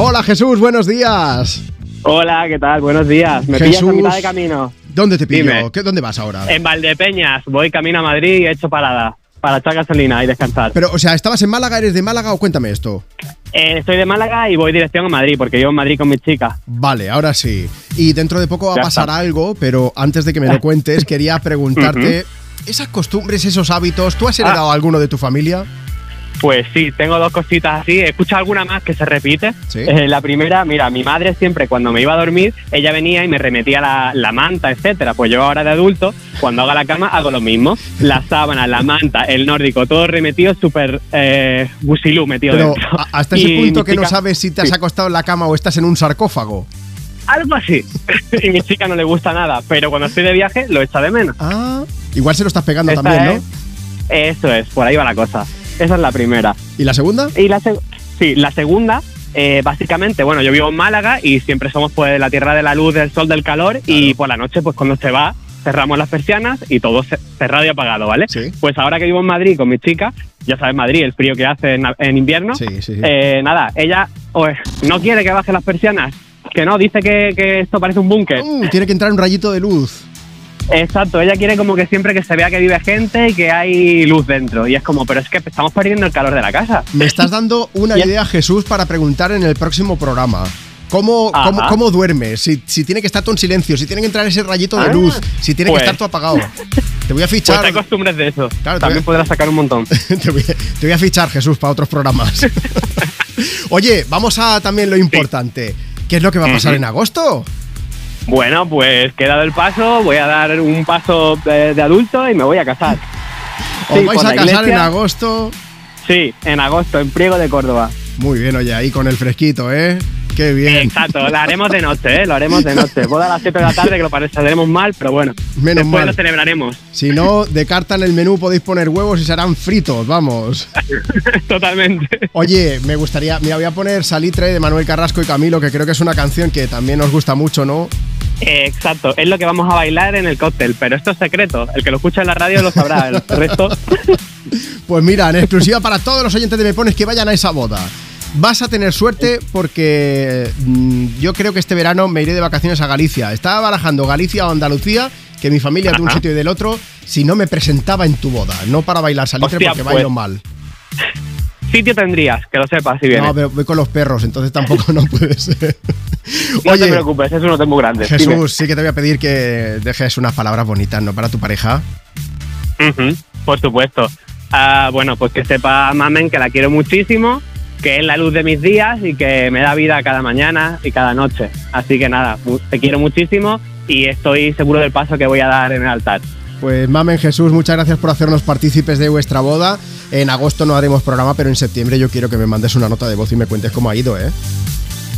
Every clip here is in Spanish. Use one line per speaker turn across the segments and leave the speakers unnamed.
Hola Jesús, buenos días.
Hola, ¿qué tal? Buenos días. Me pillas
Jesús.
a mitad de camino.
¿Dónde te pillo?
Dime. Eh.
¿Qué, ¿Dónde vas ahora?
En Valdepeñas. Voy camino a Madrid y he hecho parada para echar gasolina y descansar.
Pero, o sea, ¿estabas en Málaga? ¿Eres de Málaga o cuéntame esto?
Eh, estoy de Málaga y voy dirección a Madrid porque yo en Madrid con mis chicas.
Vale, ahora sí. Y dentro de poco va a
Ya
pasar
está.
algo, pero antes de que me lo cuentes, quería preguntarte. Esas costumbres, esos hábitos, ¿tú has heredado
Ah.
alguno de tu familia?
Pues sí, tengo dos cositas así. Escucha alguna más que se repite.
Sí.
Eh, la primera, mira, mi madre siempre cuando me iba a dormir, ella venía y me remetía la, la manta, etcétera. Pues yo ahora de adulto, cuando haga la cama, hago lo mismo. La sábana, la manta, el nórdico, todo remetido súper eh, gusilú metido
Pero
dentro.
a- hasta ese
Y
punto
mi
que no
chica-
sabes si te has
Sí.
acostado en la cama o estás en un sarcófago.
Algo así. y mi chica no le gusta nada, pero cuando estoy de viaje lo echa de menos.
Ah, igual se lo estás pegando
Esa
también, ¿no?
es- Eso es, por ahí va la cosa. Esa es la primera.
¿Y la segunda?
Y la, seg- sí, la segunda, eh, básicamente, bueno, yo vivo en Málaga y siempre somos pues la tierra de la luz, del sol, del calor y por la noche pues cuando se va cerramos las persianas y todo ce- cerrado y apagado, ¿vale?
Sí.
Pues ahora que vivo en Madrid con mis chicas, ya sabes Madrid, el frío que hace en, en invierno,
Sí, sí, sí.
eh, nada, ella pues, no quiere que baje las persianas, que no, dice que, que esto parece un búnker.
Mm, tiene que entrar un rayito de luz.
Exacto, ella quiere como que siempre que se vea que vive gente y que hay luz dentro. Y es como, pero es que estamos perdiendo el calor de la casa. Pues
Me estás dando una
Ya-
idea, Jesús, para preguntar en el próximo programa. ¿Cómo,
Ajá.
cómo, cómo duermes? Si, si tiene que estar todo en silencio, si tiene que entrar ese rayito de
Ah,
luz, si tiene
pues.
que estar todo apagado. Te voy a
Pues
fichar.
te acostumbres de eso.
Claro, te voy
También
a-
podrás sacar un montón.
te, voy, te voy a fichar, Jesús, para otros programas. Oye, vamos a también lo importante. ¿Qué es lo que va a pasar
Ujú.
en agosto?
Bueno, pues que he dado el paso, voy a dar un paso de, de adulto y me voy a casar.
¿Os
Sí,
vais
con
a
la
casar en
iglesia.
agosto?
Sí, en agosto, en Priego de Córdoba.
Muy bien, oye, ahí con el fresquito, ¿eh? Qué bien.
Exacto, lo haremos de noche, ¿eh? lo haremos de noche. Boda a las 7 de la tarde, que lo pareceremos mal, pero bueno.
Menos
después
mal.
lo celebraremos.
Si no, de carta en el menú podéis poner huevos y serán fritos, vamos.
Totalmente.
Oye, me gustaría, mira, voy a poner Salitre de Manuel Carrasco y Camilo, que creo que es una canción que también nos gusta mucho, ¿no?
Eh, exacto, es lo que vamos a bailar en el cóctel, pero esto es secreto. El que lo escucha en la radio lo sabrá, el resto.
Pues mira, en exclusiva para todos los oyentes de Me Pones que vayan a esa boda. Vas a tener suerte porque mm, yo creo que este verano me iré de vacaciones a Galicia. Estaba barajando Galicia o Andalucía, que mi familia es de un
Ajá.
sitio y del otro, si no me presentaba en tu boda, no para bailar Salitre
Hostia,
porque
pues.
bailo mal.
Sitio tendrías, que lo sepas si vienes.
No, pero voy con los perros, entonces tampoco no puede ser.
No te preocupes, es un hotel muy grande. dime.
Jesús, sí que te voy a pedir que dejes unas palabras bonitas, ¿no? Para tu pareja.
Ujú, por supuesto. Ah, bueno, pues que sepa Mamen que la quiero muchísimo, que es la luz de mis días y que me da vida cada mañana y cada noche. Así que nada, mu- te quiero muchísimo y estoy seguro del paso que voy a dar en el altar.
Pues Mamen Jesús, muchas gracias por hacernos partícipes de vuestra boda. En agosto no haremos programa, pero en septiembre yo quiero que me mandes una nota de voz y me cuentes cómo ha ido, ¿eh?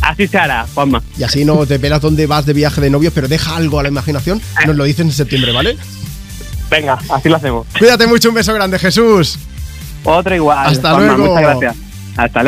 Así se hará, Juanma.
Y así no te pelas dónde vas de viaje de novios, pero deja algo a la imaginación. Nos lo dices en septiembre, ¿vale?
Venga, así lo hacemos.
Cuídate mucho, un beso grande, Jesús.
Otro igual.
Hasta
Juanma,
luego.
Muchas gracias. Hasta luego.